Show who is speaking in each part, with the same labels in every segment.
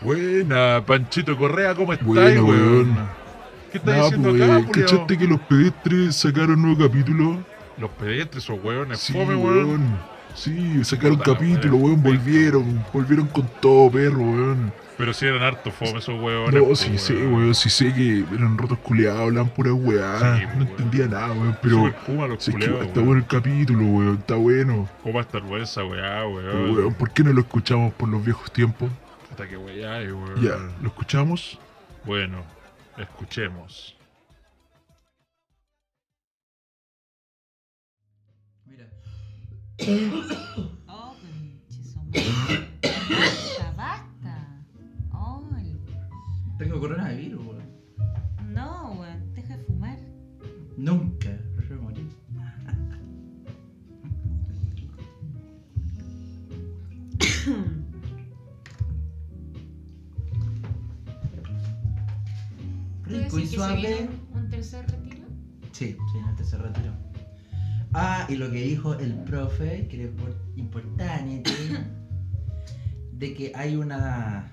Speaker 1: Buena, Panchito Correa, ¿cómo estás,
Speaker 2: Buena,
Speaker 1: weón?
Speaker 2: weón.
Speaker 1: ¿Qué estás
Speaker 2: Nada,
Speaker 1: diciendo
Speaker 2: pues,
Speaker 1: acá,
Speaker 2: weón.
Speaker 1: culiao?
Speaker 2: ¿Cachaste que los pedestres sacaron nuevo capítulo?
Speaker 1: Los pedestres, esos weones,
Speaker 2: Sí,
Speaker 1: fome, weón.
Speaker 2: weón. Sí, sacaron
Speaker 1: Puta,
Speaker 2: capítulo,
Speaker 1: weón.
Speaker 2: weón. Volvieron. Volvieron con todo, perro, weón.
Speaker 1: Pero sí eran harto fome esos weones.
Speaker 2: No,
Speaker 1: pues,
Speaker 2: sí sé, weón. Sí sé que eran rotos culeados, hablan pura weá.
Speaker 1: Sí, pues,
Speaker 2: no
Speaker 1: weón.
Speaker 2: entendía nada, weón.
Speaker 1: Pero.
Speaker 2: Pero.
Speaker 1: Kuma, los
Speaker 2: sí, es que
Speaker 1: culeados,
Speaker 2: está
Speaker 1: weón.
Speaker 2: bueno el capítulo, weón. Está bueno.
Speaker 1: Kuma esta esa weá,
Speaker 2: Pero,
Speaker 1: weón.
Speaker 2: weón, ¿por qué no lo escuchamos por los viejos tiempos?
Speaker 1: Hasta que weá hay, weón.
Speaker 2: Ya, ¿lo escuchamos?
Speaker 1: Bueno, escuchemos.
Speaker 3: Mira,
Speaker 4: Oh, conche su madre. Basta, basta. Oh, el-
Speaker 3: tengo coronavirus, weón.
Speaker 4: No, weón, deja de fumar.
Speaker 3: Nunca, prefiero morir. Rico y pues suave.
Speaker 4: un tercer retiro?
Speaker 3: Sí, sí, antes se retiró. Ah, y lo que dijo el profe, que era impor- importante, de que hay una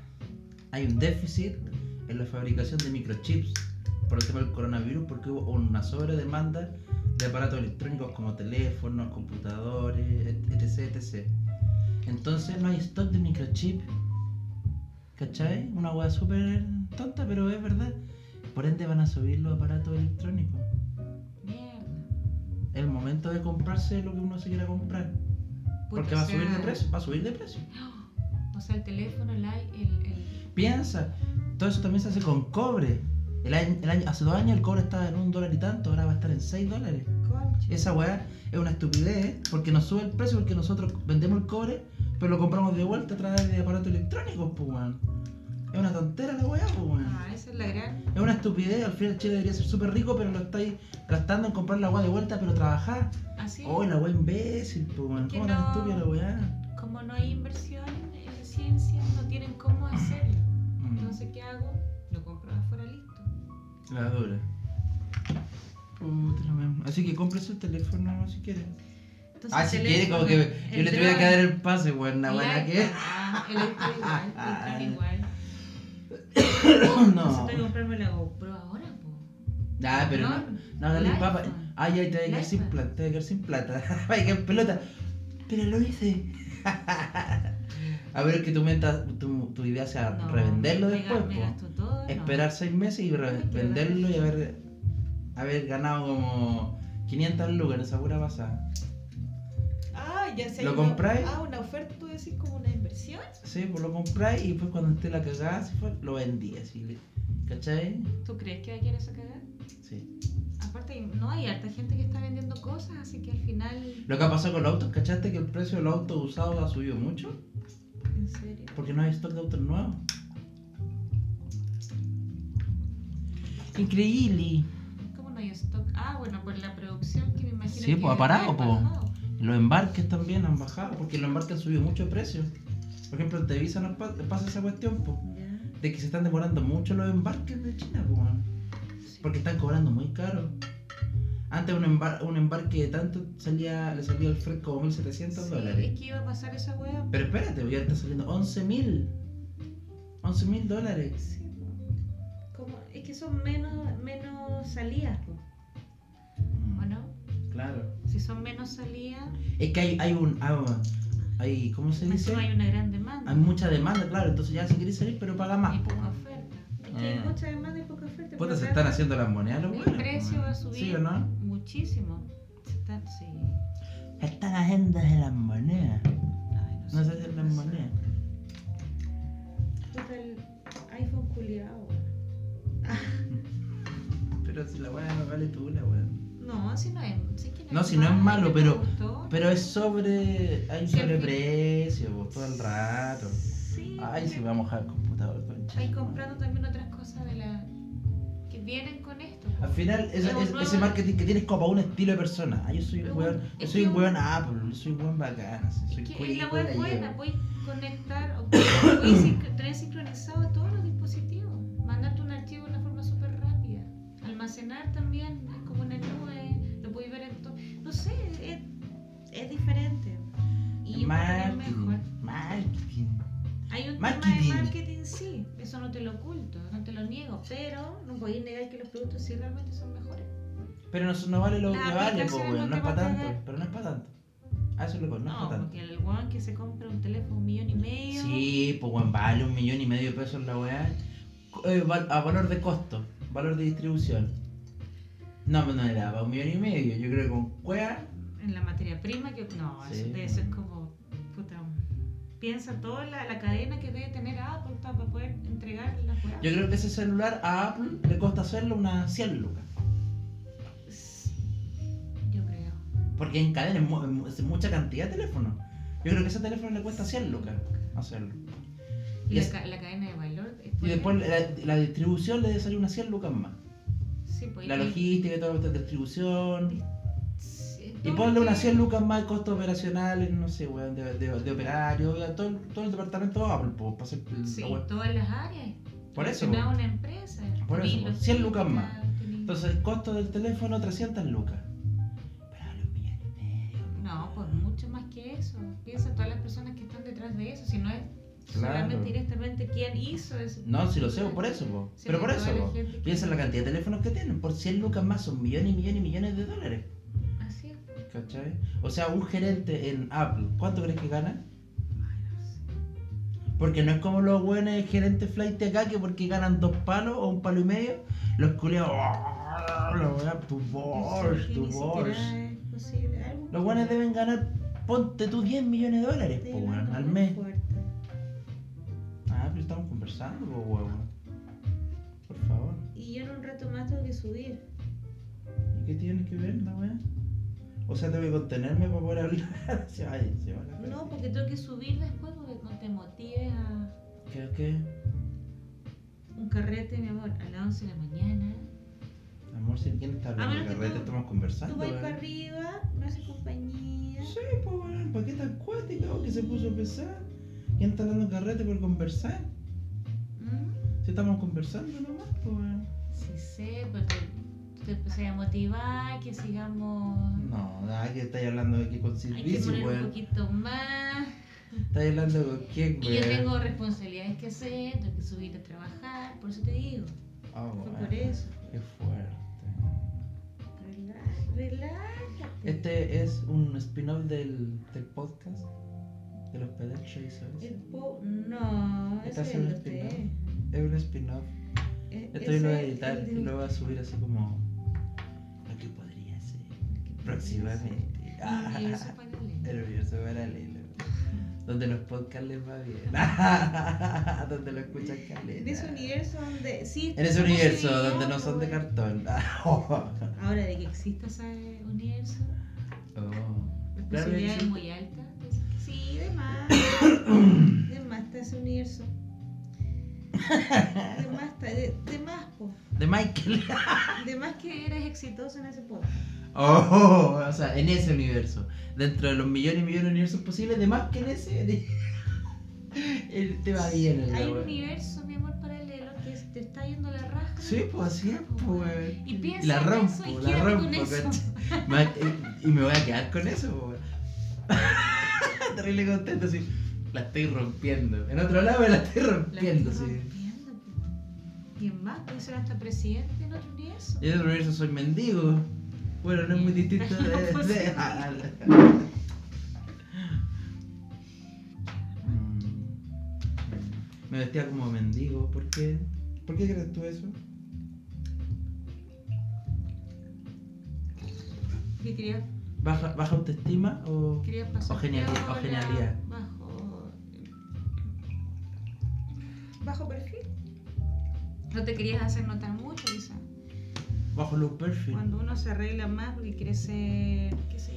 Speaker 3: hay un déficit en la fabricación de microchips por el tema del coronavirus porque hubo una sobredemanda de aparatos electrónicos como teléfonos, computadores, et- etc, etc. Entonces no hay stock de microchip. ¿Cachai? Una hueá súper tonta, pero es verdad. Por ende van a subir los aparatos electrónicos
Speaker 4: Mierda.
Speaker 3: el momento de comprarse lo que uno se quiera comprar. porque
Speaker 4: Puta,
Speaker 3: va a
Speaker 4: o sea,
Speaker 3: subir de precio, va a subir de precio.
Speaker 4: O sea, el teléfono, el... i- el, el...
Speaker 3: Piensa, todo eso también se hace con cobre. El año, el año- hace dos años el cobre estaba en un dólar y tanto, ahora va a estar en seis dólares.
Speaker 4: Conche.
Speaker 3: Esa weá es una estupidez porque nos sube el precio porque nosotros vendemos el cobre, pero lo compramos de vuelta a través de aparatos electrónicos, pues weón. Es una tontera la weá, pues weón.
Speaker 4: Ah, esa es la gran...
Speaker 3: Es una estupidez, al final Chile debería ser súper rico, pero lo estáis gastando en comprar la weá de vuelta, pero trabajar.
Speaker 4: Así,
Speaker 3: Oh, la weá imbécil, pues weón.
Speaker 4: Que
Speaker 3: ¿Cómo tan
Speaker 4: no.
Speaker 3: estúpida la weá?
Speaker 4: como no hay inversión en ciencia, no tienen cómo hacerlo.
Speaker 3: Mm.
Speaker 4: Entonces, ¿qué hago? Lo compro afuera, listo.
Speaker 3: La dura. Puta la mierda. Así que cómprese el teléfono si quiere.
Speaker 4: Entonces,
Speaker 3: Ah, si
Speaker 4: el
Speaker 3: quiere, como que
Speaker 4: teléfono,
Speaker 3: yo
Speaker 4: el
Speaker 3: le tuviera que
Speaker 4: dron,
Speaker 3: dar el pase, weón. La buena Ah,
Speaker 4: Like,
Speaker 3: que.
Speaker 4: ah, El otro igual, el otro igual.
Speaker 3: No.
Speaker 4: Entonces tengo que comprarme la GoPro ahora, po.
Speaker 3: Ah, pero no. No, dale ah,
Speaker 4: Life,
Speaker 3: papa.
Speaker 4: man.
Speaker 3: Ay, ay, te voy a quedar
Speaker 4: Life,
Speaker 3: sin
Speaker 4: man.
Speaker 3: plata, te voy a quedar sin plata. Ay, qué pelota. Pero lo hice. A ver, es que tu, meta, tu, tu idea sea
Speaker 4: No,
Speaker 3: revenderlo
Speaker 4: me
Speaker 3: después,
Speaker 4: ga- me
Speaker 3: po.
Speaker 4: gasto todo, no.
Speaker 3: Esperar seis meses y re-
Speaker 4: quiero
Speaker 3: venderlo y
Speaker 4: ganar.
Speaker 3: haber, haber ganado como 500 lucas en esa pura pasada.
Speaker 4: Ah, ya sé.
Speaker 3: ¿Lo
Speaker 4: hay
Speaker 3: compráis?
Speaker 4: Una, ah, una oferta, tú decís como una inversión.
Speaker 3: Sí, pues lo compráis y después cuando esté la cagada, así fue, lo vendí, así. le- ¿Cachai?
Speaker 4: ¿Tú crees que va a querer esa cagada?
Speaker 3: Sí.
Speaker 4: Aparte, hay- no hay harta gente que está vendiendo cosas, así que al final.
Speaker 3: Lo que ha pasado con los autos, ¿cachaste que el precio de los autos usados ha subido mucho?
Speaker 4: En serio.
Speaker 3: Porque no hay stock de autos nuevos. Increíble.
Speaker 4: ¿Cómo no hay stock? Ah, bueno, por la producción que me imagino.
Speaker 3: Sí,
Speaker 4: que
Speaker 3: po, ha parado, po.
Speaker 4: bajado.
Speaker 3: Los embarques también han bajado, porque los embarques han subido mucho de precio. Por ejemplo, en Tevisa nos pa- pasa esa cuestión, po,
Speaker 4: Ya.
Speaker 3: de que se están demorando mucho los embarques de China, po, man.
Speaker 4: sí.
Speaker 3: Porque están cobrando muy caro. Antes un, embar- un embarque de tanto salía, le salía el fresco como 1700
Speaker 4: Sí,
Speaker 3: dólares.
Speaker 4: Es que iba a pasar esa wea.
Speaker 3: Pero espérate, ya está saliendo 11.000. 11.000 dólares.
Speaker 4: Sí, po. Como, es que son menos, menos salidas, po. ¿o no?
Speaker 3: Mm, Claro.
Speaker 4: Si son menos salidas,
Speaker 3: Es que hay, hay un. ah, hay, ¿Cómo se
Speaker 4: más
Speaker 3: dice?
Speaker 4: Pues hay una gran
Speaker 3: Hay
Speaker 4: demanda.
Speaker 3: mucha demanda, claro. Entonces ya si querés salir, pero paga más.
Speaker 4: y
Speaker 3: po,
Speaker 4: poca
Speaker 3: weón.
Speaker 4: oferta. Es que hay
Speaker 3: Ah.
Speaker 4: mucha demanda y poca oferta. por
Speaker 3: Puta,
Speaker 4: lo
Speaker 3: se
Speaker 4: tanto,
Speaker 3: están haciendo las monedas los
Speaker 4: pues, El
Speaker 3: buenos.
Speaker 4: precio va a subir.
Speaker 3: ¿Sí o no?
Speaker 4: Muchísimo. Se están, sí.
Speaker 3: Se están haciendo de las monedas.
Speaker 4: Ay,
Speaker 3: No se
Speaker 4: sé qué
Speaker 3: hacen las
Speaker 4: pasa.
Speaker 3: monedas.
Speaker 4: Puta, Pues el iPhone culiao.
Speaker 3: Pero si la weá no vale tú, la weá.
Speaker 4: No, si no es. Si es que
Speaker 3: No, si no es malo,
Speaker 4: me
Speaker 3: pero-
Speaker 4: gustó.
Speaker 3: Pero es sobre. Hay un
Speaker 4: Sí, al fin.
Speaker 3: sobreprecio, po, todo el rato.
Speaker 4: Sí.
Speaker 3: Ay, se me va a mojar el computador, concha.
Speaker 4: Ahí comprando también otras cosas de la. que vienen con esto. po.
Speaker 3: Al final, ese,
Speaker 4: Es un
Speaker 3: ese-
Speaker 4: nuevo-
Speaker 3: ese marketing que tienes como para un estilo de persona. Ah, yo soy un weón, yo
Speaker 4: Es
Speaker 3: soy
Speaker 4: que
Speaker 3: un
Speaker 4: un-
Speaker 3: weón Apple, yo soy un weón bacán, así, soy
Speaker 4: Es que es la
Speaker 3: culico
Speaker 4: web
Speaker 3: de
Speaker 4: buena, pues,
Speaker 3: llevo.
Speaker 4: puedes conectar o puedes sin- tener sincronizado todos los dispositivos, mandarte un archivo de una forma súper rápida, almacenar también, es como una nube, lo puedes ver en todo, no sé, es, es diferente. Y yo creo que es
Speaker 3: Marketing,
Speaker 4: mejor.
Speaker 3: marketing.
Speaker 4: Hay un
Speaker 3: Marketing.
Speaker 4: tema de marketing, sí, eso no te lo oculto, no te lo niego, pero no podéis negar que los productos sí realmente son mejores.
Speaker 3: Pero no, no vale lo que
Speaker 4: La
Speaker 3: vale, po,
Speaker 4: aplicación
Speaker 3: weón.
Speaker 4: no
Speaker 3: No es
Speaker 4: te va
Speaker 3: para
Speaker 4: a
Speaker 3: tanto.
Speaker 4: pagar.
Speaker 3: Pero no es para tanto. A eso es lo que no, es
Speaker 4: No,
Speaker 3: para tanto.
Speaker 4: porque el weón que se compra un teléfono un millón y medio,
Speaker 3: Sí, pues weón, vale un millón y medio de pesos la weá. Co- eh, val- a valor de costo, valor de distribución. No, no era, para un millón y medio. Yo creo que con cuea.
Speaker 4: en la materia prima, que no,
Speaker 3: Sí.
Speaker 4: eso, de eso es como, puta, piensa toda la, la cadena que debe tener Apple para poder entregar las weas.
Speaker 3: Yo creo que ese celular a Apple le cuesta hacerlo unas 100 lucas.
Speaker 4: Yo creo.
Speaker 3: Porque en cadena es, mu- es mu- es mucha cantidad de teléfonos. Yo creo que ese teléfono le cuesta 100 lucas hacerlo.
Speaker 4: Y
Speaker 3: Y
Speaker 4: la,
Speaker 3: es-
Speaker 4: ca- la cadena de valor. es
Speaker 3: Y
Speaker 4: poder-
Speaker 3: después la, la distribución le debe salir unas 100 lucas más.
Speaker 4: sí, pues,
Speaker 3: La
Speaker 4: y-
Speaker 3: logística, toda la distribución.
Speaker 4: sí,
Speaker 3: Y
Speaker 4: todo
Speaker 3: ponle
Speaker 4: lo
Speaker 3: unas
Speaker 4: que-
Speaker 3: 100 lucas más de costos operacionales, no sé, weón, de, de, de operario, ya, todo, el- todo el departamento Apple, pues, para hacer el-
Speaker 4: Sí,
Speaker 3: la weá.
Speaker 4: todas las áreas.
Speaker 3: Por eso,
Speaker 4: Relacionado a
Speaker 3: po.
Speaker 4: una empresa.
Speaker 3: Por eso,
Speaker 4: Tenéis
Speaker 3: po. 100 lucas
Speaker 4: logística,
Speaker 3: más.
Speaker 4: tenéis-
Speaker 3: Entonces, el costo del teléfono, 300 lucas. Pero vale un millón y medio.
Speaker 4: No, pues mucho más que eso. Piensa en todas las personas que están detrás de eso. Si no es
Speaker 3: Claro.
Speaker 4: solamente directamente quién hizo eso.
Speaker 3: No, si lo sé, por eso, po.
Speaker 4: Sí,
Speaker 3: Pero por
Speaker 4: toda
Speaker 3: eso,
Speaker 4: la
Speaker 3: po.
Speaker 4: gente que-
Speaker 3: Piensa en la cantidad de teléfonos que tienen. Por 100 lucas más son millones y millones y millones de dólares.
Speaker 4: Así es.
Speaker 3: ¿Cachai? O sea, un gerente en Apple, ¿cuánto crees que gana?
Speaker 4: Ay, no sé.
Speaker 3: Porque no es como los buenos gerentes flight de acá que porque ganan dos palos o un palo y medio, los culeados. Los buenos, tu
Speaker 4: Eso
Speaker 3: Porsche,
Speaker 4: que
Speaker 3: tu
Speaker 4: ni
Speaker 3: Porsche.
Speaker 4: siquiera es posible. Algo
Speaker 3: Los buenos deben ganar, ponte tú 10 millones de dólares,
Speaker 4: que
Speaker 3: po,
Speaker 4: no
Speaker 3: weón,
Speaker 4: es
Speaker 3: al mes.
Speaker 4: fuerte.
Speaker 3: Ah, pero estamos conversando, po, weón. Por favor.
Speaker 4: Y yo en un rato más tengo que subir.
Speaker 3: ¿Y qué tiene que ver la weá? O sea, tengo que contenerme para poder hablar. se va, se va la
Speaker 4: No, porque tengo que subir después porque no te motives a
Speaker 3: ¿Qué, qué?
Speaker 4: un carrete, mi amor, a las 11 de la mañana.
Speaker 3: Amor, si quién está hablando de
Speaker 4: menos que
Speaker 3: carrete,
Speaker 4: tú-
Speaker 3: estamos conversando,
Speaker 4: Tú vas
Speaker 3: weón.
Speaker 4: para arriba, no haces compañía.
Speaker 3: Sí, pues weón, ¿para qué tan cuático que se puso a pesar? ¿Quién está dando carrete por conversar?
Speaker 4: ¿Mm?
Speaker 3: Si estamos conversando nomás, pues weón.
Speaker 4: Sí sé, pero te, te empecé a motivar, que sigamos.
Speaker 3: No, nada, que estáis hablando de qué con
Speaker 4: Hay que
Speaker 3: servicio,
Speaker 4: poner un
Speaker 3: weón.
Speaker 4: poquito más.
Speaker 3: Estáis hablando con quién,
Speaker 4: Y yo
Speaker 3: weón.
Speaker 4: tengo responsabilidades que hacer, tengo que subir a trabajar, por eso te digo.
Speaker 3: Ah,
Speaker 4: Fue
Speaker 3: weón,
Speaker 4: por eso.
Speaker 3: Qué fuerte.
Speaker 4: Relá- Relájate.
Speaker 3: Este es un spin-off del, del podcast de los pedestres
Speaker 4: El po- No, ese
Speaker 3: ¿Estás
Speaker 4: es
Speaker 3: en
Speaker 4: el
Speaker 3: el
Speaker 4: hotel.
Speaker 3: spin-off? Es un spin-off.
Speaker 4: E-
Speaker 3: Esto yo lo voy a
Speaker 4: ese es
Speaker 3: editar
Speaker 4: el
Speaker 3: y
Speaker 4: de-
Speaker 3: lo voy a subir así como. Lo que podría ser próximamente. Ah.
Speaker 4: Y eso para leer.
Speaker 3: El universo paralelo. Donde los podcasts les va bien. donde lo escuchan
Speaker 4: En
Speaker 3: caleta.
Speaker 4: ese universo donde sí
Speaker 3: En ese
Speaker 4: está
Speaker 3: universo
Speaker 4: posibilidad,
Speaker 3: donde no son de
Speaker 4: pero-
Speaker 3: cartón.
Speaker 4: Ahora de que exista ese universo,
Speaker 3: Oh.
Speaker 4: la
Speaker 3: Claro,
Speaker 4: posibilidad es
Speaker 3: sí.
Speaker 4: Pues, muy alta. Entonces, sí, de más. De más está ese universo. De más está, de, de más, po.
Speaker 3: De Michael.
Speaker 4: De más que eres exitoso en ese podcast.
Speaker 3: Oh, o sea, en ese universo. Dentro de los millones y millones de universos posibles, de más que en ese. de- Él te va bien. en la
Speaker 4: Hay un
Speaker 3: wea.
Speaker 4: universo, mi amor, paralelo que es- te está yendo la raja.
Speaker 3: Sí, pues así es, pues.
Speaker 4: Y piensa
Speaker 3: la
Speaker 4: en
Speaker 3: rompo,
Speaker 4: eso y
Speaker 3: la
Speaker 4: quédate
Speaker 3: rompo,
Speaker 4: con eso.
Speaker 3: cacha. Ma- eh, Y me voy a quedar con eso, pues. Terrible contento, sí. La estoy rompiendo. En otro lado me la estoy
Speaker 4: La estoy
Speaker 3: rompiendo, sí.
Speaker 4: rompiendo, po. Y es más, puede ser hasta presidente en otro universo.
Speaker 3: Y en otro universo soy mendigo. Bueno, no es muy distinto de.
Speaker 4: No, pues,
Speaker 3: de-
Speaker 4: sí.
Speaker 3: a- a- Mm. Me vestía como mendigo, ¿por qué? ¿Por qué crees tú eso?
Speaker 4: Que quería
Speaker 3: ¿Baja, baja autoestima o.?
Speaker 4: Quería pasar
Speaker 3: O genialidad, o
Speaker 4: piola,
Speaker 3: genialidad.
Speaker 4: Bajo. eh, Bajo perfil. No te querías hacer notar mucho, quizá.
Speaker 3: Bajo low perfil.
Speaker 4: Cuando uno se arregla más porque quiere ser. qué sé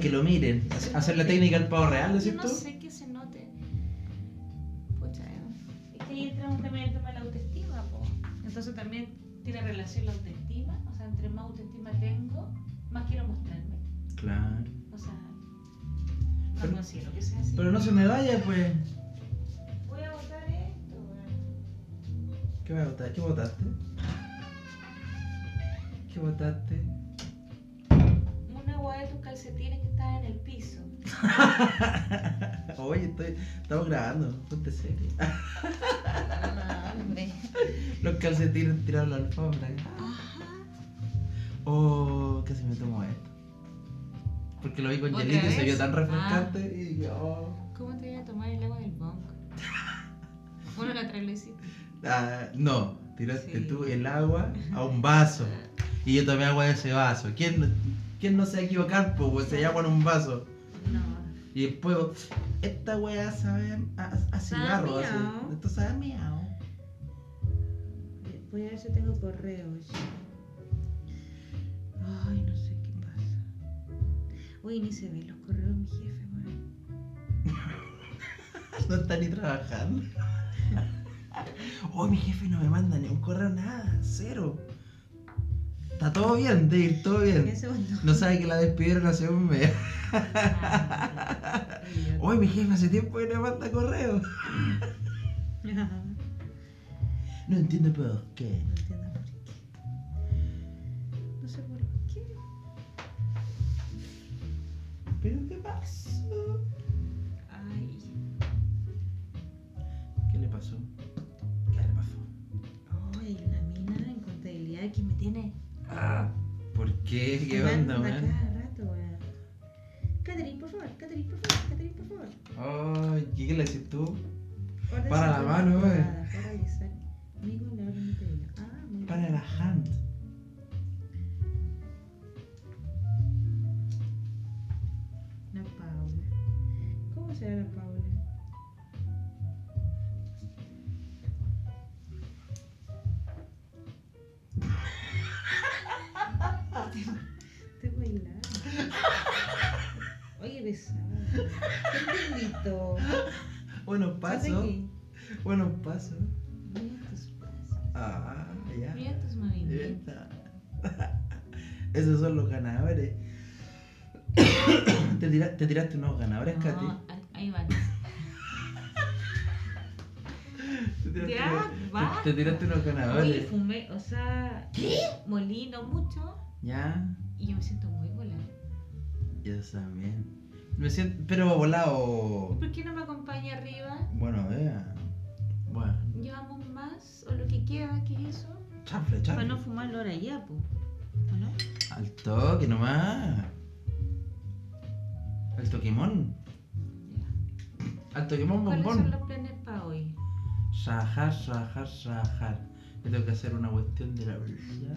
Speaker 3: que lo miren.
Speaker 4: Que se
Speaker 3: Hac- Hacer la
Speaker 4: note.
Speaker 3: técnica al pavo real,
Speaker 4: Yo
Speaker 3: ¿decís
Speaker 4: no
Speaker 3: tú?
Speaker 4: sé que se note. Pucha, eh, es que ahí entra un tema el tema de la autoestima, po. Entonces también tiene relación la autoestima. O sea, entre más autoestima tengo, más quiero mostrarme.
Speaker 3: Claro.
Speaker 4: O sea, no
Speaker 3: Pero-
Speaker 4: considero que sea así.
Speaker 3: Pero no se me vaya, pues.
Speaker 4: Voy a votar esto, eh. weón.
Speaker 3: ¿Qué, voy a votar? ¿Qué votaste? ¿Qué votaste?
Speaker 4: Una hueá de tus calcetines que estaban en el piso.
Speaker 3: O Oye, estoy- estamos grabando, ponte serio.
Speaker 5: No, hombre.
Speaker 3: Los calcetines tiraron la alfombra. Oh, casi me tomo esto. Porque lo vi con
Speaker 4: ¿Otra
Speaker 3: hielito y se
Speaker 4: vez?
Speaker 3: vio tan
Speaker 4: Ah.
Speaker 3: refrescante y dije, oh.
Speaker 4: ¿Cómo te voy a tomar el agua del bong? Bueno, la otra vez lo hiciste.
Speaker 3: Ah, no, tiraste
Speaker 4: Sí.
Speaker 3: tú el agua a un vaso. Y yo tomé agua de ese vaso. ¿Quién, quién no se va a equivocar, po? Pues si hay agua en un vaso.
Speaker 4: No.
Speaker 3: Y después, esta weá sabe a, a cigarro.
Speaker 5: Sabe a
Speaker 3: así.
Speaker 5: miau.
Speaker 3: Esto sabe a miau.
Speaker 5: Voy a ver si tengo correos. Ay, no sé qué pasa. Uy, ni se ven los correos, mi jefe, weón.
Speaker 3: No está ni trabajando. Hoy mi jefe no me manda ni un correo, nada, cero. Está todo bien, de ir todo bien.
Speaker 5: Ese botón.
Speaker 3: No sabe que la despidieron hace un mes.
Speaker 4: Ah, idiota.
Speaker 3: Hoy mi jefe hace tiempo que no me manda correo.
Speaker 5: No
Speaker 3: No entiendo por qué.
Speaker 5: entiendo por qué. No sé por qué.
Speaker 3: ¿Pero qué pasó?
Speaker 5: Ay.
Speaker 3: ¿Qué le pasó? ¿Qué le pasó?
Speaker 5: Ay, la mina en contabilidad que me tiene.
Speaker 3: ¿Por qué? ¿Qué
Speaker 5: hablando
Speaker 3: onda,
Speaker 5: a
Speaker 3: man?
Speaker 5: cada rato, weón. Catherine, por favor, Catherine, por favor, Catherine, por favor.
Speaker 3: Ay, ¿qué le decís tú?
Speaker 5: Orden
Speaker 3: Para la
Speaker 5: sobre
Speaker 3: mano, eh.
Speaker 5: temporada,
Speaker 3: weón.
Speaker 5: Para realizar. Amigo, la orden de pedido. Ah, muy
Speaker 3: Para
Speaker 5: bien.
Speaker 3: la hand.
Speaker 5: La Paula. ¿Cómo será la Paula? Te bailando. Oye, besado. Qué bonito.
Speaker 3: Buenos pasos.
Speaker 5: ¿Sabes
Speaker 3: Buenos pasos.
Speaker 5: qué? Mira tus pasos.
Speaker 3: Ah, ya.
Speaker 4: Mira tus
Speaker 3: Eh,
Speaker 4: movimientos.
Speaker 3: Esta. Esos son los ganadores. ¿Te, tira- te tiraste unos ganadores, Katy?
Speaker 4: No, ahí- ahí van.
Speaker 3: Te tiraste,
Speaker 4: Ya,
Speaker 3: unos-
Speaker 4: basta.
Speaker 3: te- te tiraste unos
Speaker 4: Oye,
Speaker 3: ganadores.
Speaker 4: fumé, o sea, molí no mucho
Speaker 3: Ya,
Speaker 4: y yo me siento muy volada.
Speaker 3: yo también. Me siento, pero volado.
Speaker 4: ¿Por qué no me acompaña arriba?
Speaker 3: Bueno, vea. Bueno,
Speaker 4: Llevamos más o lo que queda, ¿qué es eso?
Speaker 3: chanfle,
Speaker 5: Para
Speaker 3: chanfle.
Speaker 5: no fumarlo ahora ya, po. ¿O no?
Speaker 3: Al toque nomás. Al toquemón. Al toquemón
Speaker 4: ¿Cuáles son
Speaker 3: bombón.
Speaker 4: los planes para hoy?
Speaker 3: Sajar, sajar, sajar. Yo tengo que hacer una cuestión de la universidad.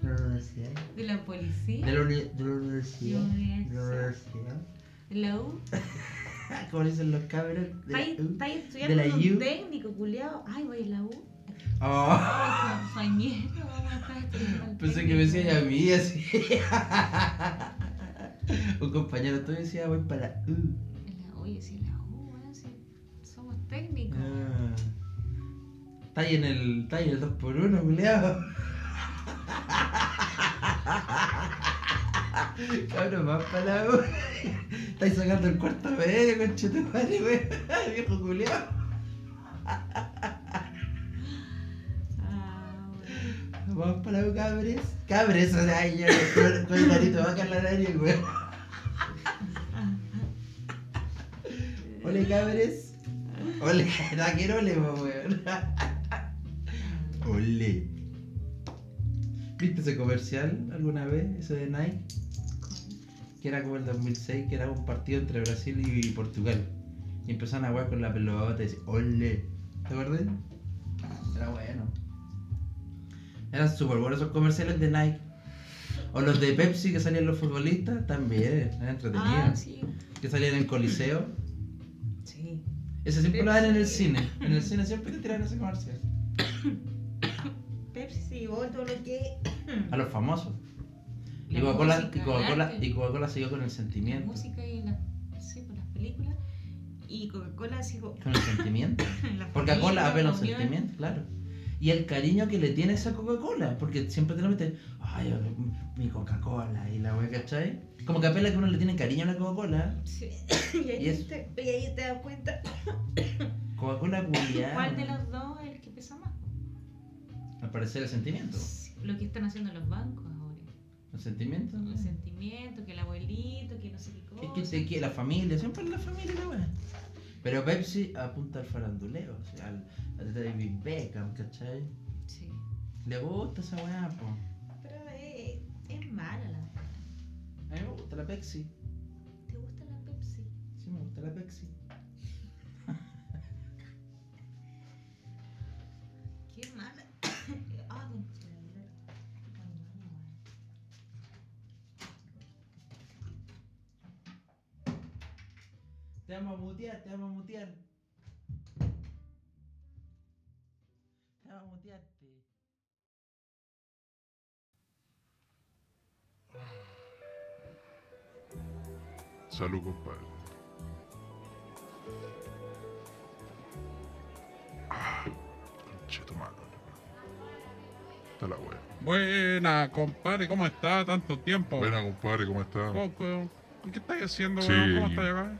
Speaker 3: de la universidad.
Speaker 4: ¿De la
Speaker 3: De
Speaker 4: policía?
Speaker 3: la, uni- de la universidad. De la universidad.
Speaker 4: ¿De la U?
Speaker 3: Ah, Como dicen los cabros. De la
Speaker 4: ¿Estáis
Speaker 3: U.
Speaker 4: estáis
Speaker 3: de
Speaker 4: estudiando
Speaker 3: la U.
Speaker 4: con un técnico, culiao? Ay, voy a la U.
Speaker 3: Oh,
Speaker 4: Ay, compañero, vamos a estar estudiando al
Speaker 3: pensé que
Speaker 4: técnico.
Speaker 3: me decía a mí así. Un compañero tuyo decía voy para la U.
Speaker 4: En la- Oye, si la U, weón, si somos técnicos.
Speaker 3: Ah. Está ahí en el. Está ahí en el 2x1, culiao. Cabrón, más para la U. Estáis sacando el cuarto medio, conche tu madre, weón. Viejo culiao.
Speaker 4: Ah, bueno.
Speaker 3: Más para la U, cabres. Cabres, o sea, ahí yo con- con el tarito vaca en la nariz, weón. Ole, cabres. Ole, no quiero ole, po, weón. Ole. ¿Viste ese comercial alguna vez? Ese de Nike. Que era como el 2006, que era un partido entre Brasil y Portugal. Y empezaron a jugar con la pelota y decían, ole. ¿Te acuerdas? Era bueno. Eran súper buenos esos comerciales de Nike. O los de Pepsi que salían los futbolistas, también, eran entretenidos.
Speaker 4: Ah, sí.
Speaker 3: Que salían en el Coliseo.
Speaker 5: Sí.
Speaker 3: Ese siempre lo dan en el cine. En el cine siempre te tiran ese comercial.
Speaker 5: Pepsi se llevó todo lo que.
Speaker 3: A los famosos. Y
Speaker 4: La
Speaker 3: Coca-Cola
Speaker 4: música,
Speaker 3: y Coca-Cola
Speaker 4: el arte.
Speaker 3: y Coca-Cola siguió con el
Speaker 4: La
Speaker 3: sentimiento.
Speaker 4: música y la, sí, con las películas.
Speaker 5: Y Coca-Cola sigo.
Speaker 3: Con el sentimiento.
Speaker 5: La
Speaker 3: Porque a Coca-Cola
Speaker 4: la
Speaker 3: apela a un
Speaker 4: comunión.
Speaker 3: sentimiento, claro. Y el cariño que le tienes a Coca-Cola, porque siempre te lo meten, ay, oh, mi Coca-Cola y la wea, ¿cachai? Como que apela que uno le tiene cariño a la Coca-Cola.
Speaker 4: Sí.
Speaker 5: Y ahí,
Speaker 3: Y eso.
Speaker 5: te, y ahí te das cuenta.
Speaker 3: Coca-Cola culiada.
Speaker 4: ¿Cuál de los dos es el que pesa más?
Speaker 3: Al parecer el sentimiento.
Speaker 4: Lo que están haciendo los bancos ahora.
Speaker 3: ¿Los sentimientos?
Speaker 6: Los sentimientos, que el abuelito, que no sé
Speaker 4: Oh,
Speaker 6: qué
Speaker 3: Es
Speaker 6: cosa.
Speaker 3: que te quiere la familia, siempre es la familia la wea. Pero Pepsi apunta al faranduleo, o sea, al, al David Beckham, ¿cachai?
Speaker 6: Sí.
Speaker 3: Le gusta esa weá, po. A
Speaker 4: Pero es, es mala la verdad.
Speaker 3: mí me gusta la Pepsi.
Speaker 4: ¿Te gusta la Pepsi?
Speaker 3: Sí, me gusta la Pepsi.
Speaker 4: Qué mala. Ah, con celular. Con mala, weón.
Speaker 3: Te vamos a mutear, te vamos a mutear. Te vamos a mutearte.
Speaker 7: Salud, compadre.
Speaker 1: Ah,
Speaker 7: Cheto malo. Está la wea.
Speaker 1: Buena, compadre, ¿cómo está? Tanto tiempo.
Speaker 7: Buena, compadre, ¿cómo está?
Speaker 1: Oh, co- ¿Qué estáis haciendo,
Speaker 7: Sí.
Speaker 1: weón? ¿Cómo estás acá?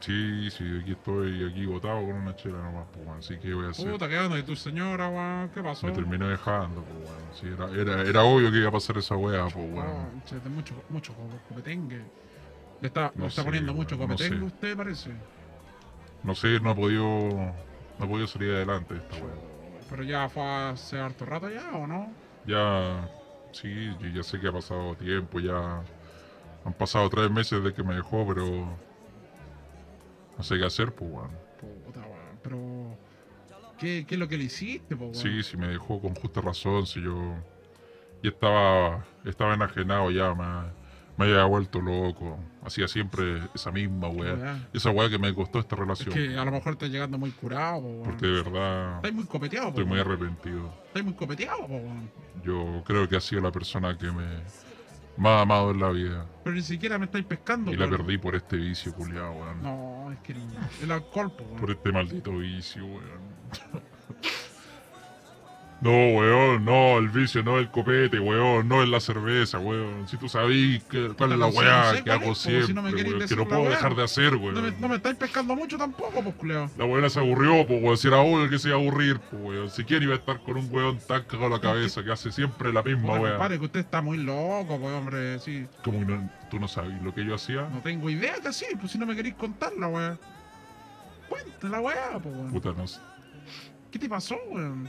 Speaker 7: Sí, sí, aquí estoy, aquí botado con una chela nomás, pues, weón. Así que voy a hacer.
Speaker 1: Puta, quedando de tu señora, weón. ¿Qué pasó?
Speaker 7: Me terminó dejando, pues, weón. Sí, era, era, era obvio que iba a pasar esa wea, pues, weón.
Speaker 1: Conche, de Ah, mucho, mucho co- copetengue. Le está,
Speaker 7: No
Speaker 1: le está
Speaker 7: sé,
Speaker 1: poniendo
Speaker 7: weón,
Speaker 1: mucho
Speaker 7: no
Speaker 1: copetengue
Speaker 7: sé.
Speaker 1: usted, parece.
Speaker 7: No sé, no ha podido. No ha podido salir adelante esta wea.
Speaker 1: Pero ya fue hace harto rato ya, ¿o no?
Speaker 7: Ya, sí, yo ya sé que ha pasado tiempo, ya han pasado tres meses desde que me dejó, pero no sé qué hacer, pues, weón.
Speaker 1: Puta, weón. Pero, ¿qué, ¿qué es lo que le hiciste, po, weón?
Speaker 7: Sí, sí, me dejó con justa razón, si yo ya estaba, estaba enajenado ya, me, me había vuelto loco, hacía siempre esa misma weá,
Speaker 1: Weá.
Speaker 7: esa weá que me costó esta
Speaker 1: Es
Speaker 7: relación,
Speaker 1: que a lo mejor estás llegando muy curado, po, weón.
Speaker 7: porque de verdad
Speaker 1: Estáis muy copeteado, po,
Speaker 7: estoy muy
Speaker 1: weón.
Speaker 7: arrepentido.
Speaker 1: Estáis muy copeteado, po, weón.
Speaker 7: Yo creo que ha sido la persona que me más ha amado en la vida.
Speaker 1: Pero ni siquiera me estáis pescando,
Speaker 7: Y la
Speaker 1: weón.
Speaker 7: perdí por este vicio, culiado, weón.
Speaker 1: No, es que el, el alcohol, po, weón.
Speaker 7: Por este maldito vicio, weón. No, weón, no, el vicio no es el copete, weón, no es la cerveza, weón. Si tú sabís que- cuál es la
Speaker 1: no sé, no
Speaker 7: weá
Speaker 1: sé
Speaker 7: que
Speaker 1: cuál es,
Speaker 7: hago
Speaker 1: po, si no me
Speaker 7: siempre,
Speaker 1: queréis
Speaker 7: weón, que
Speaker 1: decir
Speaker 7: no
Speaker 1: la
Speaker 7: puedo
Speaker 1: weá.
Speaker 7: dejar de hacer, weón.
Speaker 1: No me, no me estáis pescando mucho tampoco, pues, culeo.
Speaker 7: La weona se aburrió, po, weón. Si era obvio que se iba a aburrir, po, weón. Si quién iba a estar con un weón tan cagado en la cabeza que hace siempre la misma
Speaker 1: Puta,
Speaker 7: weá.
Speaker 1: compadre, que usted está muy loco, pues, hombre. Sí,
Speaker 7: Como que no- tú no sabes lo que yo hacía.
Speaker 1: no tengo idea que así, pues si no me queréis contar la weá. Cuéntela, weá, pues, weón.
Speaker 7: Puta, no sé.
Speaker 1: ¿Qué te pasó, weón?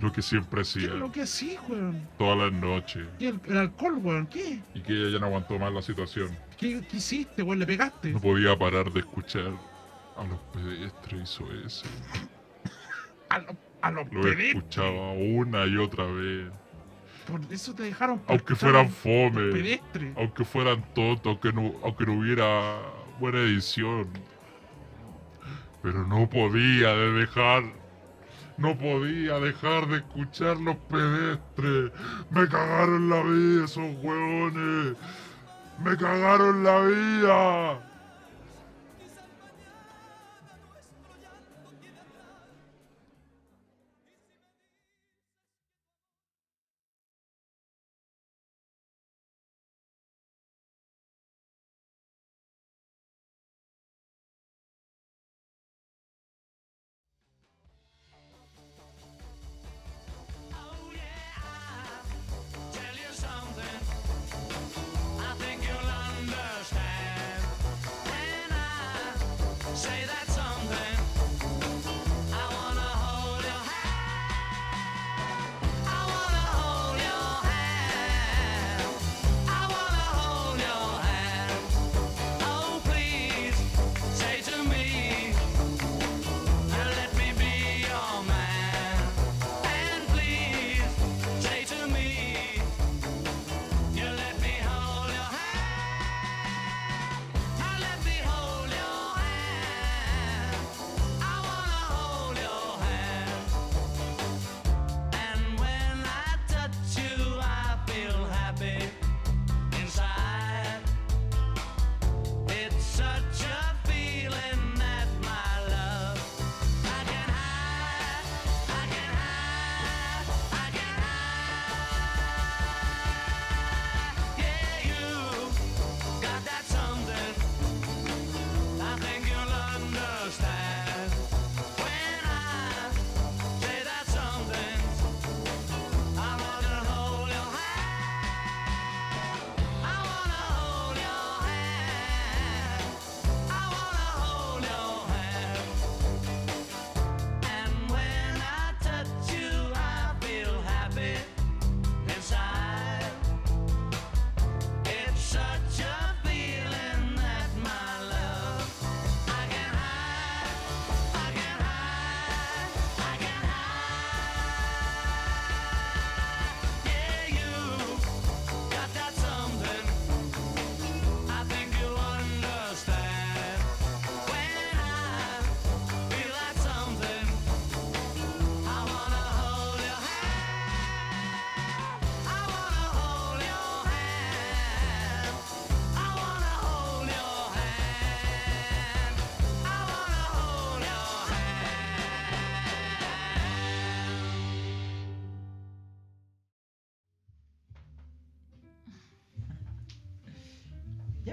Speaker 7: Lo que siempre
Speaker 1: ¿Qué
Speaker 7: hacía,
Speaker 1: es lo que sí, weón?
Speaker 7: todas las noches.
Speaker 1: ¿Qué, el, el alcohol, weón? ¿Qué?
Speaker 7: Y que ella ya no aguantó más la situación.
Speaker 1: ¿Qué, qué hiciste, weón? ¿Le pegaste?
Speaker 7: No podía parar de escuchar a los pedestres y su eso.
Speaker 1: A, lo- a los
Speaker 7: Lo
Speaker 1: pedestres.
Speaker 7: escuchaba una y otra vez.
Speaker 1: Por eso te dejaron
Speaker 7: Aunque
Speaker 1: pescar
Speaker 7: fueran
Speaker 1: los-
Speaker 7: fome.
Speaker 1: los Pedestres.
Speaker 7: Aunque fueran tontos, aunque no, aunque no hubiera buena edición. Pero no podía de dejar. No podía dejar de escuchar los pedestres. Me cagaron la vida esos hueones. Me cagaron la vida.
Speaker 8: Tell you something I think you'll understand. Oh,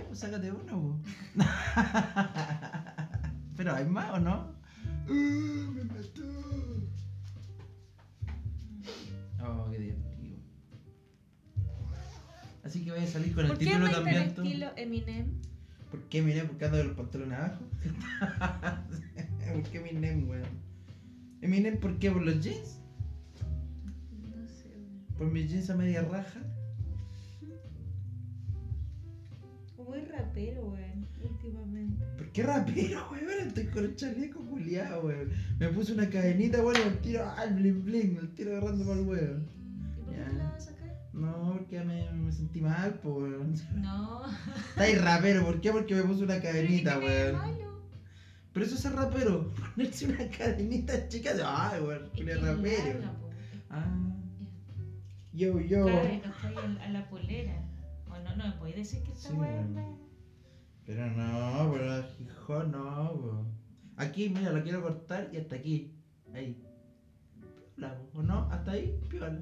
Speaker 3: pues sácate uno, po. Pero hay más, ¿o no? ¡Uh, me mató! Oh, qué divertido. Así que voy a salir con el
Speaker 5: ¿Por qué
Speaker 3: título
Speaker 5: andáis tan
Speaker 3: también. tú.
Speaker 5: estilo Eminem?
Speaker 3: ¿Por qué miré buscando los pantalones abajo? ¿Por qué Eminem, weón? Eminem, ¿por qué? ¿Por los jeans?
Speaker 5: No sé, weón.
Speaker 3: ¿Por mis jeans a media raja?
Speaker 5: Como es rapero, weón, últimamente.
Speaker 3: ¿Por qué rapero, weón? Estoy con el chaleco culiado, weón. Me puse una cadenita, weón, y el tiro al bling bling, el tiro agarrando por el weón.
Speaker 4: ¿Y por qué
Speaker 3: Ya.
Speaker 4: te la vas a sacar?
Speaker 3: No, porque me, me sentí mal, po, weón.
Speaker 4: No.
Speaker 3: Estáis rapero, ¿por qué? Porque me puse una
Speaker 4: Pero ¿qué
Speaker 3: cadenita,
Speaker 4: tiene de
Speaker 3: weón.
Speaker 4: malo?
Speaker 3: Pero eso es ser rapero. Ponerse una cadenita chica, ay, weón,
Speaker 4: Es que
Speaker 3: culiao
Speaker 4: es
Speaker 3: rapero.
Speaker 4: larga, po.
Speaker 3: Ah. Yo, yo.
Speaker 4: Claro, y no estoy en- a la polera. O no, no me podéis decir que esta
Speaker 3: Sí,
Speaker 4: weá es
Speaker 3: bueno.
Speaker 4: larga.
Speaker 3: Pero no, pero Gijón no, po. Aquí, mira, lo quiero cortar y hasta aquí. Ahí. Piola, po. ¿O no? Hasta ahí, piola.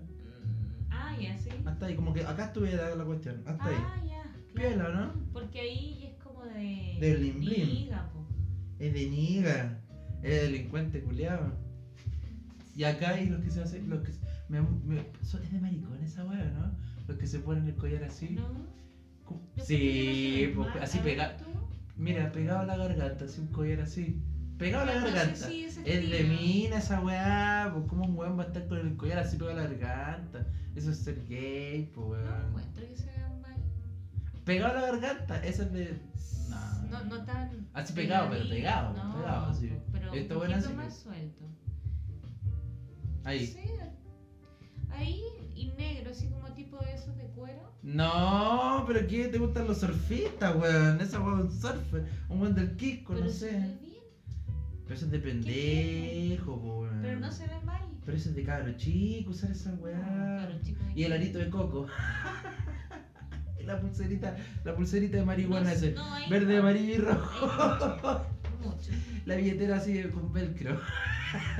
Speaker 4: Ah, ya, sí.
Speaker 3: Hasta ahí, como que acá estuviera la cuestión. Hasta ahí.
Speaker 4: Ah, ya. Claro.
Speaker 3: Piola, ¿o ¿no?
Speaker 4: Porque ahí es como de.
Speaker 3: De bling bling.
Speaker 4: liga, po.
Speaker 3: Es de niga. Es delincuente, culiado. Y acá hay los que se hacen, los que se- me, me- son, es de maricón esa weá, ¿no? Los que se ponen el collar así.
Speaker 4: ¿No?
Speaker 3: Como-
Speaker 4: Yo
Speaker 3: Sí,
Speaker 4: creo que no
Speaker 3: po,
Speaker 4: se ve mal.
Speaker 3: así
Speaker 4: A ver,
Speaker 3: pegado.
Speaker 4: tú.
Speaker 3: Mira, pegado a la garganta, así un collar así. Pegado a la
Speaker 4: Ah, No sé
Speaker 3: garganta.
Speaker 4: si ese
Speaker 3: Es de
Speaker 4: estilo.
Speaker 3: mina esa weá, pues cómo un weón va a estar con el collar así pegado a la garganta. Eso es ser gay, pues
Speaker 4: No
Speaker 3: weón.
Speaker 4: encuentro que se vean mal.
Speaker 3: Pegado a la garganta, eso es de. No.
Speaker 4: No, no tan.
Speaker 3: Así pegado, pero
Speaker 4: pegadito,
Speaker 3: pegado, pegado, así.
Speaker 4: Pero
Speaker 3: Está
Speaker 4: un
Speaker 3: buena
Speaker 4: poquito
Speaker 3: así,
Speaker 4: más
Speaker 3: pues.
Speaker 4: suelto.
Speaker 3: Ahí.
Speaker 4: Sí. Ahí y negro, así como tipo de esos de cuero.
Speaker 3: No, pero ¿qué? ¿Te gustan los surfistas, weón? Esa weón es un surfer, un weón del Kiko,
Speaker 4: pero
Speaker 3: no
Speaker 4: se ve
Speaker 3: sé.
Speaker 4: bien,
Speaker 3: Pero eso es de pendejo, po, weón.
Speaker 4: pero no se ve mal.
Speaker 3: Pero eso es de cabro chico, usar esa weá.
Speaker 4: Claro, chico,
Speaker 3: Y el arito de coco. Y la pulserita, la pulserita de marihuana
Speaker 4: No,
Speaker 3: ese.
Speaker 4: no, ahí
Speaker 3: Verde,
Speaker 4: no.
Speaker 3: amarillo y rojo.
Speaker 4: Ahí Mucho. mucho.
Speaker 3: La billetera así de- con velcro.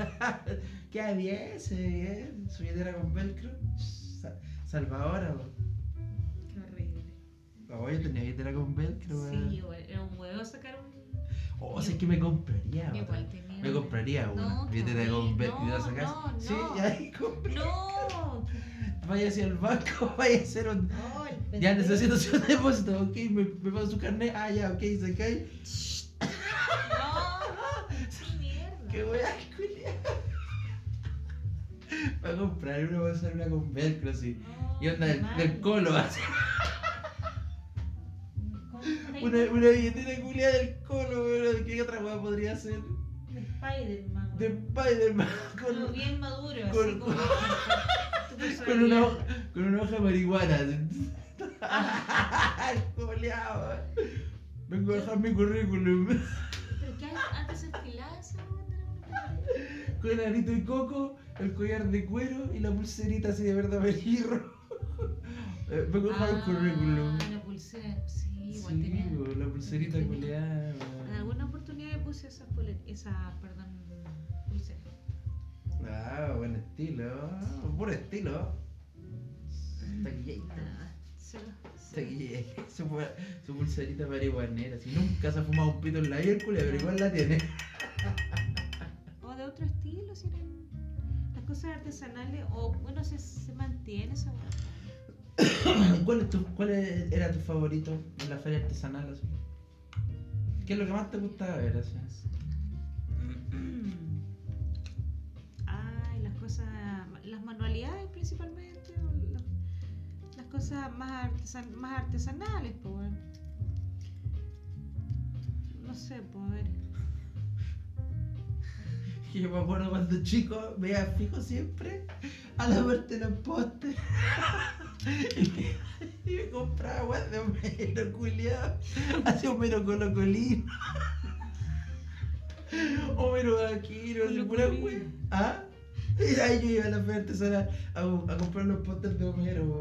Speaker 3: ¿Qué había ese, bien? Su billetera con velcro. Sa- Salvadora, weón.
Speaker 5: Qué horrible.
Speaker 3: Oh, yo tenía billetera con velcro, weón.
Speaker 4: Sí, güey, era un huevo sacar un.
Speaker 3: Oh, si es que me compraría
Speaker 4: Yo
Speaker 3: otra.
Speaker 4: igual tenía.
Speaker 3: Me compraría una.
Speaker 4: No,
Speaker 3: Viste, te
Speaker 4: Gabriel,
Speaker 3: compré
Speaker 4: no,
Speaker 3: y la sacas.
Speaker 4: no, no.
Speaker 3: Sí, ya ahí compré.
Speaker 4: No,
Speaker 3: Vaya hacia el banco, vaya a hacer un.
Speaker 5: Oh, el
Speaker 3: Ya
Speaker 5: pendejo.
Speaker 3: necesito hacer un depósito, ok, me, me paso su carnet. Ah, ya, ok, se cae.
Speaker 4: no. Qué mierda.
Speaker 3: Qué wea, culia. Voy a comprar una, voy a hacer una con velcro así.
Speaker 4: No,
Speaker 3: Y onda del,
Speaker 4: mal.
Speaker 3: del colo, así.
Speaker 4: Compra
Speaker 3: Una, una billetera culia del colo, weón. ¿Qué otra wea podría ser?
Speaker 4: De Spider-Man.
Speaker 3: De Spider-Man.
Speaker 4: Como
Speaker 3: Con,
Speaker 4: bien maduro, así
Speaker 3: con-
Speaker 4: como. tu
Speaker 3: Con una,
Speaker 4: personalidad.
Speaker 3: hoja, con una hoja de marihuana.
Speaker 4: Ah.
Speaker 3: Ay, Culeado. Vengo a dejar mi currículum.
Speaker 4: Pero que antes estilaba esa onda, era una maravilla.
Speaker 3: Con el arito de coco, el collar de cuero y la pulserita así de verde amarillo. y rojo. Eh, Vengo a dejar el
Speaker 4: Ah,
Speaker 3: currículum.
Speaker 4: La pulsera, sí, igual
Speaker 3: Sí,
Speaker 4: tenía.
Speaker 3: bo, la pulserita
Speaker 4: tenía.
Speaker 3: culeada.
Speaker 4: En alguna oportunidad me puse esas pole- esas, perdón, pulseras.
Speaker 3: Ah, buen estilo. Puro estilo. Taquillita.
Speaker 4: Nada, cero, cero.
Speaker 3: Taquillita. Su, pu- su pulserita marihuanera. Si nunca se ha fumado un pito en la Hércules, pero igual la tiene.
Speaker 4: O de otro estilo, si eran las cosas artesanales, o bueno, se, se mantiene esa hueá.
Speaker 3: ¿Cuál, es tu, ¿Cuál e- era tu favorito en la feria artesanal? así? ¿Qué es lo que más te gustaba ver? así?
Speaker 4: Ay, las cosas, las manualidades principalmente, o lo- las cosas más, artesan- más artesanales, pues bueno. No sé, pues a ver.
Speaker 3: Que Yo me acuerdo cuando chico veía fijo siempre a la muerte de los postes. y, me, y me compraba weas de Homero culiado. Hacía Homero colocolino. Homero vaquero, así pura
Speaker 4: Colocolino.
Speaker 3: wea. ¿Ah? Y ahí yo iba a la feria artesanal a, a comprar los pósters de Homero. po.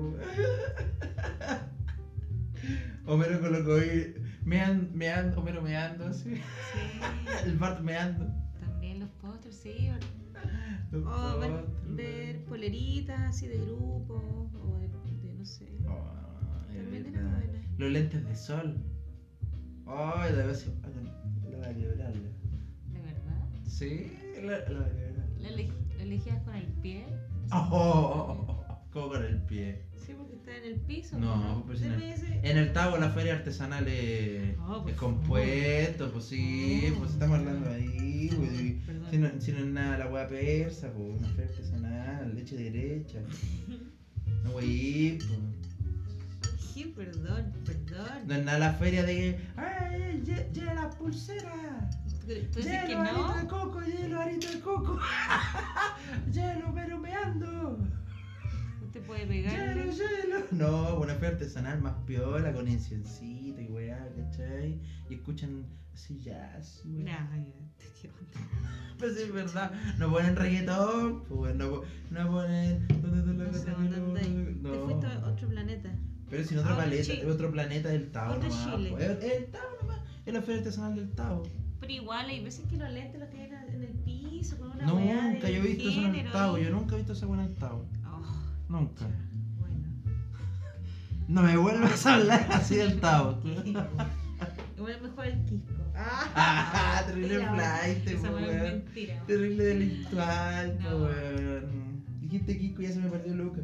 Speaker 3: Homero colocolino. Mean, mean, Homero meando así.
Speaker 4: Sí,
Speaker 3: El Bart meando.
Speaker 4: también los pósters, sí. o-
Speaker 3: Los
Speaker 4: O ver,
Speaker 3: postres,
Speaker 4: Oh, ver poleritas así de grupos, o de, de, no sé.
Speaker 3: Oh, es
Speaker 4: También era
Speaker 3: verdad.
Speaker 4: buena.
Speaker 3: Los lentes de sol. Ay, la vez La va a quebrar. la-
Speaker 4: ¿De verdad?
Speaker 3: Sí, la, la va a quebrar.
Speaker 4: ¿Lo elegi- lo elegías con el pie?
Speaker 3: Oh, oh, oh, oh, oh, como con el pie.
Speaker 5: Sí, porque está en el piso.
Speaker 3: No, pues en el- En el Tavo la feria artesanal es,
Speaker 5: Ah,
Speaker 3: es
Speaker 5: pues,
Speaker 3: compuesto, pues sí, pues estamos hablando ahí, güey. Si
Speaker 5: Perdón.
Speaker 3: no, si no es nada la hueá persa, pues una feria artesanal, leche derecha. No, güey, pues.
Speaker 5: Sí, perdón, perdón.
Speaker 3: No es nada la feria de. ¡Ay, lle- llena la pulsera!
Speaker 5: ¿Tú crees tú dices Pues que
Speaker 3: ¡Hielo, arito de
Speaker 5: no?
Speaker 3: coco, hielo, arito de coco! ¡Hielo, pero meando!
Speaker 4: ¿No te puede pegar?
Speaker 3: Hielo, hielo. No, una feria artesanal más piola, con inciencito y weá, ¿cachai? Y escuchan así jazz, weá.
Speaker 5: Nah, ya, qué onda.
Speaker 3: Pues es verdad, no ponen reggaetón, pues no, po- no ponen.
Speaker 5: No sé, ¿dónde andáis? Te fuiste a otro planeta.
Speaker 3: Pero si en otro
Speaker 5: Ahora
Speaker 3: planeta,
Speaker 5: Chile.
Speaker 3: en otro planeta del Tao
Speaker 5: Otro
Speaker 3: nomás,
Speaker 5: Chile.
Speaker 3: pues, es- es el Tao nomás, es la feria artesanal del Tao.
Speaker 4: Pero igual hay veces que los lentes los tienen en el piso con una weá
Speaker 3: nunca
Speaker 4: de
Speaker 3: yo he visto eso en el
Speaker 4: género
Speaker 3: Tao,
Speaker 4: ahí.
Speaker 3: yo nunca he visto esa buena en el Tao.
Speaker 5: Oh,
Speaker 3: Nunca.
Speaker 5: ya, bueno.
Speaker 3: No me vuelvas a hablar así del Tao.
Speaker 5: Igual mejor el Quisco.
Speaker 3: Ah, terrible
Speaker 5: Mira,
Speaker 3: flight,
Speaker 4: Esa
Speaker 3: pues,
Speaker 4: weá es
Speaker 3: weón.
Speaker 4: mentira. weón.
Speaker 3: Terrible delictual, pues,
Speaker 4: No.
Speaker 3: weón. Dijiste Kiko y ya se me perdió Luca.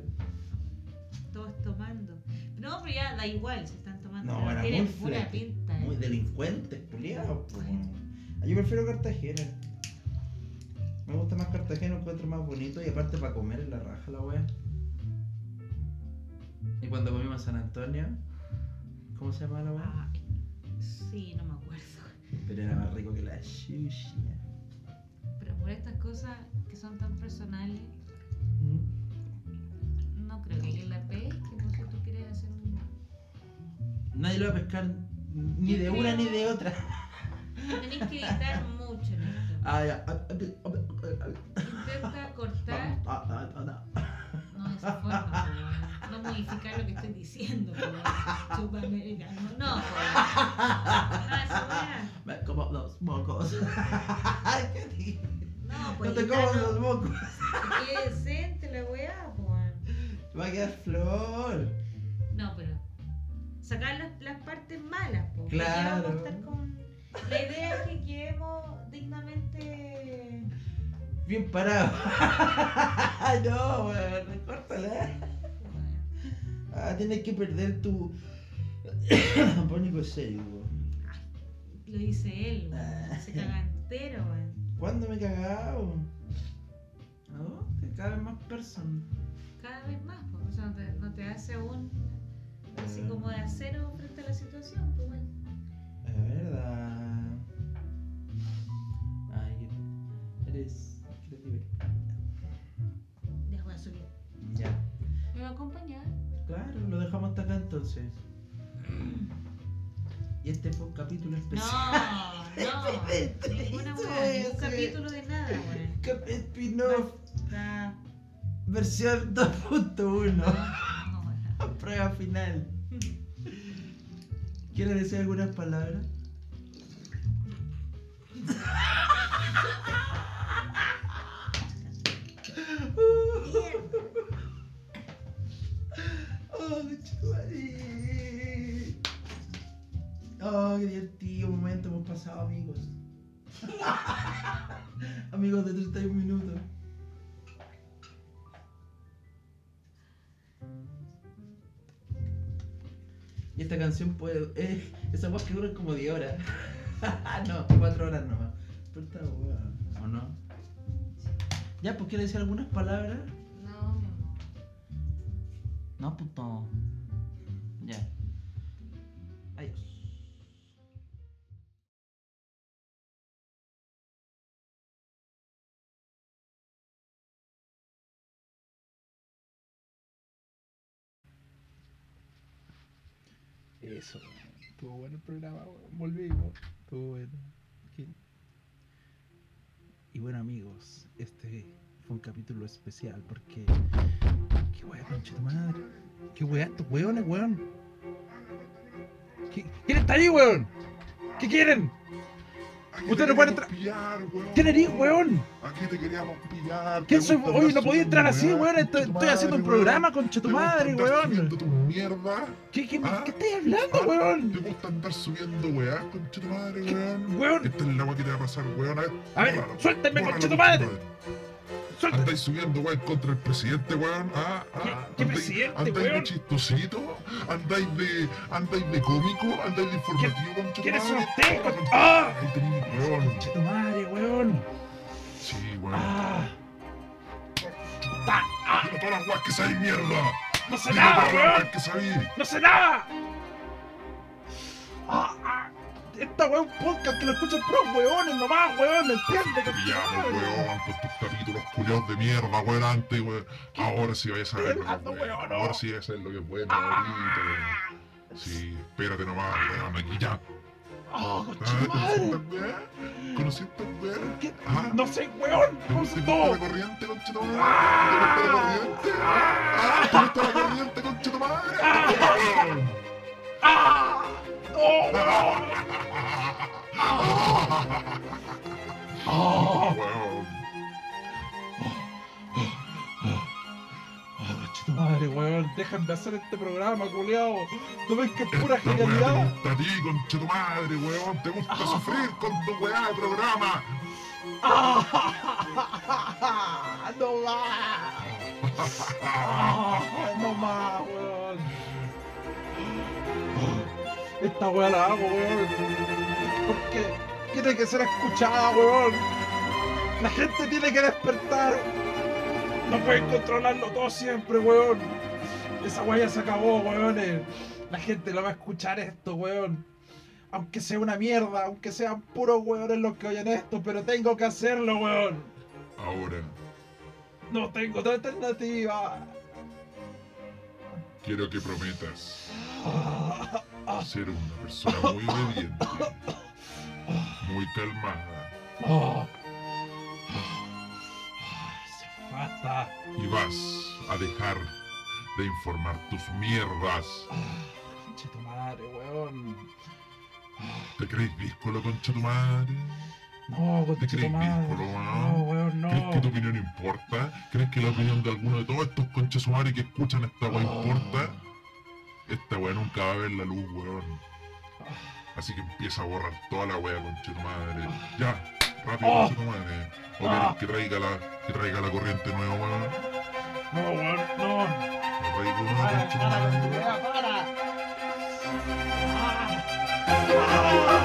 Speaker 5: Todos tomando. No, pero ya da igual si están tomando.
Speaker 3: No,
Speaker 5: pero
Speaker 3: era
Speaker 5: tienen
Speaker 3: muy
Speaker 5: pura
Speaker 3: flete,
Speaker 5: pinta.
Speaker 3: Muy
Speaker 5: eh.
Speaker 3: delincuentes, culiados. po. Yo prefiero Cartagena. Me gusta más Cartagena, encuentro más bonito y aparte para comer en la raja la wea. Y cuando comimos en San Antonio, ¿cómo se llama la wea?
Speaker 5: Ah, sí, no me acuerdo.
Speaker 3: Pero era más rico que la sushi.
Speaker 4: Pero por estas cosas que son tan personales,
Speaker 3: Mm.
Speaker 4: no creo que alguien la pesque. No sé, tú quieres hacer un.
Speaker 3: Nadie lo va a pescar ni de una ni de otra.
Speaker 4: Tenés que editar mucho en esto.
Speaker 3: Ah, ya. Ah, ah,
Speaker 4: Intenta cortar.
Speaker 3: ah, ah, ah, ah, ah.
Speaker 4: No, de esa forma, po, weón. no modificar lo que estoy diciendo. po, weón. Chupa americano. No, po, weón. no, esa weá.
Speaker 3: Me como los mocos. ¿Qué dices?
Speaker 5: No, pues.
Speaker 3: No te
Speaker 5: gitano,
Speaker 3: como los mocos.
Speaker 5: Qué decente la weá, pues.
Speaker 3: Va a quedar flor.
Speaker 4: No, pero.
Speaker 5: Sacar las, las partes malas, pues.
Speaker 3: Claro.
Speaker 5: La idea es que quedemos dignamente.
Speaker 3: Bien parado. no, weón, recórtala.
Speaker 4: pues,
Speaker 5: Bueno,
Speaker 3: Ah, tienes que perder tu. Pónico serio, weón.
Speaker 5: Lo dice él,
Speaker 3: Ah.
Speaker 5: weón. Se caga entero, weón.
Speaker 3: ¿Cuándo me he cagado? ¿No? Que cada vez más personas.
Speaker 4: cada vez más, porque eso no te, no te hace un así
Speaker 3: Eh.
Speaker 4: como de acero frente a la situación, pues bueno.
Speaker 3: Es verdad. Ay, eres. eres libre.
Speaker 5: Ya voy a subir.
Speaker 3: Ya.
Speaker 4: ¿Me va a acompañar?
Speaker 3: Claro, lo dejamos hasta acá entonces. Y este fue un capítulo
Speaker 4: No,
Speaker 3: especial.
Speaker 4: no, ninguna hueá, ningún capítulo de nada, weón.
Speaker 3: Cap- Spin-off,
Speaker 5: Ah,
Speaker 3: versión 2.1.
Speaker 4: No, no, weón.
Speaker 3: Prueba final. ¿Quieres decir algunas palabras? Oh, chupari. Oh, qué divertido momento hemos pasado, amigos. amigos de 31 minutos. Y esta canción puede. Eh, esa voz que dura como 10 horas. no, 4 horas nomás. Pero esta weá, ¿O no? Ya, pues quiero decir algunas palabras.
Speaker 4: no, mi amor.
Speaker 3: No, puto. Ya. Adiós.
Speaker 1: Eso. Estuvo bueno el programa, weón. Volvimos. Estuvo bueno. Aquí. Y bueno, amigos, este fue un capítulo especial porque. ¡Qué weá, concha tu madre! ¡Qué weá, estos weones, weón! ¿Qui- ¿Quién está ahí, weón? ¿Qué quieren? Usted no puede entrar. ¿Quién eres, weón?
Speaker 2: Aquí te queríamos pillar.
Speaker 1: ¿Quién soy? Oye, no podía entrar así, weón. Estoy, estoy haciendo un programa, concha tu madre, weón.
Speaker 2: tu mierda?
Speaker 1: ¿Qué, qué,
Speaker 2: Ah.
Speaker 1: ¿Qué estás hablando,
Speaker 2: Ah. ¿Te
Speaker 1: weón?
Speaker 2: gusta andar subiendo, weá, concha tu madre, weón?
Speaker 1: Weón,
Speaker 2: Esta es el agua que te va a pasar, weón.
Speaker 1: a ver, suéltame, concha tu madre. Suéltame.
Speaker 2: Andáis subiendo, weón, contra el presidente, weón. Ah, ah,
Speaker 1: ¿Qué- qué
Speaker 2: andáis-
Speaker 1: presidente,
Speaker 2: andáis
Speaker 1: weón?
Speaker 2: de chistosito, andáis de, andáis de cómico, andáis de informativo, concha tu
Speaker 1: ¿Quién es
Speaker 2: madre.
Speaker 1: usted, con- ¡Ah!
Speaker 2: Ahí tenéis, weón.
Speaker 1: Concha tu madre, weón.
Speaker 2: Sí, weón.
Speaker 1: Ah,
Speaker 2: Ta- ah, Dime todas las weas que sabéis, mierda.
Speaker 1: no sé
Speaker 2: Dime
Speaker 1: nada,
Speaker 2: todas las
Speaker 1: weón.
Speaker 2: weas que sabéis.
Speaker 1: No sé nada. Ah, ah. Esta weón es un podcast que lo escuchan puros weones nomás, weón. ¿Entiendes?
Speaker 2: Te pillamos, weón, con tus capítulos culiados de mierda, weón, antes, weón. Ahora sí vayas a ver lo que es
Speaker 1: hablando,
Speaker 2: bueno.
Speaker 1: weón, no? Ah.
Speaker 2: Ahora sí vayas a ver lo que es bueno, bonito, weón. Sí, espérate nomás, weón, aquí ya.
Speaker 1: Oh, concha
Speaker 2: Ah,
Speaker 1: tu
Speaker 2: ¿Conocí
Speaker 1: madre.
Speaker 2: esta weá? ¿Conocí esta weá?
Speaker 1: ¿Qué?
Speaker 2: Ah,
Speaker 1: No sé, weón.
Speaker 2: ¿Te
Speaker 1: No
Speaker 2: gusta
Speaker 1: sé
Speaker 2: te gusta
Speaker 1: todo.
Speaker 2: la corriente, concha tu madre? ¿Te gusta la corriente? Ah, ¿Te gusta la corriente, concha tu madre? Weón.
Speaker 1: ¡Ah! ¡No, weón!
Speaker 2: Oh,
Speaker 1: ¡Oh!
Speaker 2: weón.
Speaker 1: ¡Oh, concha tu madre, weón! Déjame hacer este programa, culiao. ¿No ves que es pura
Speaker 2: Esta weá te
Speaker 1: genialidad?
Speaker 2: gusta a ti, concha tu madre, weón. Te gusta sufrir con tu weá de programa.
Speaker 1: ¡Ah! ¡No más! ¡Ah! ¡No más, weón! Esta weá la hago, weón. Porque tiene que ser escuchada, weón. La gente tiene que despertar. No pueden controlarlo todo siempre, weón. Esa weá ya se acabó, weones. La gente lo va a escuchar esto, weón. Aunque sea una mierda, aunque sean puros weones los que oyen esto, pero tengo que hacerlo, weón.
Speaker 2: Ahora,
Speaker 1: No tengo otra alternativa.
Speaker 2: quiero que prometas
Speaker 1: Ah,
Speaker 2: ser una persona muy obediente, muy calmada,
Speaker 1: ah. Ay, se fata.
Speaker 2: y vas a dejar de informar tus mierdas.
Speaker 1: Ah, conche tu madre, weón.
Speaker 2: ¿Te crees díscolo, concha tu madre?
Speaker 1: No,
Speaker 2: ¿Te
Speaker 1: conche tu
Speaker 2: crees
Speaker 1: madre.
Speaker 2: ridículo, weón?
Speaker 1: No, weón, no.
Speaker 2: ¿Crees que tu opinión importa? ¿Crees que la opinión de alguno de todos estos conchas sumares que escuchan esta weá
Speaker 1: Ah.
Speaker 2: importa? Esta weá nunca va a ver la luz, weón. Así que empieza a borrar toda la weá, concha tu madre. Ya, rápido,
Speaker 1: Oh.
Speaker 2: concha tu madre. O
Speaker 1: Ah.
Speaker 2: querés que traiga la, que traiga la corriente nueva, weón.
Speaker 1: No, weón, no.
Speaker 2: Me traigo una,
Speaker 1: Para,
Speaker 2: concha tu
Speaker 1: para,
Speaker 2: madre.
Speaker 1: para. para. Ah. Ah.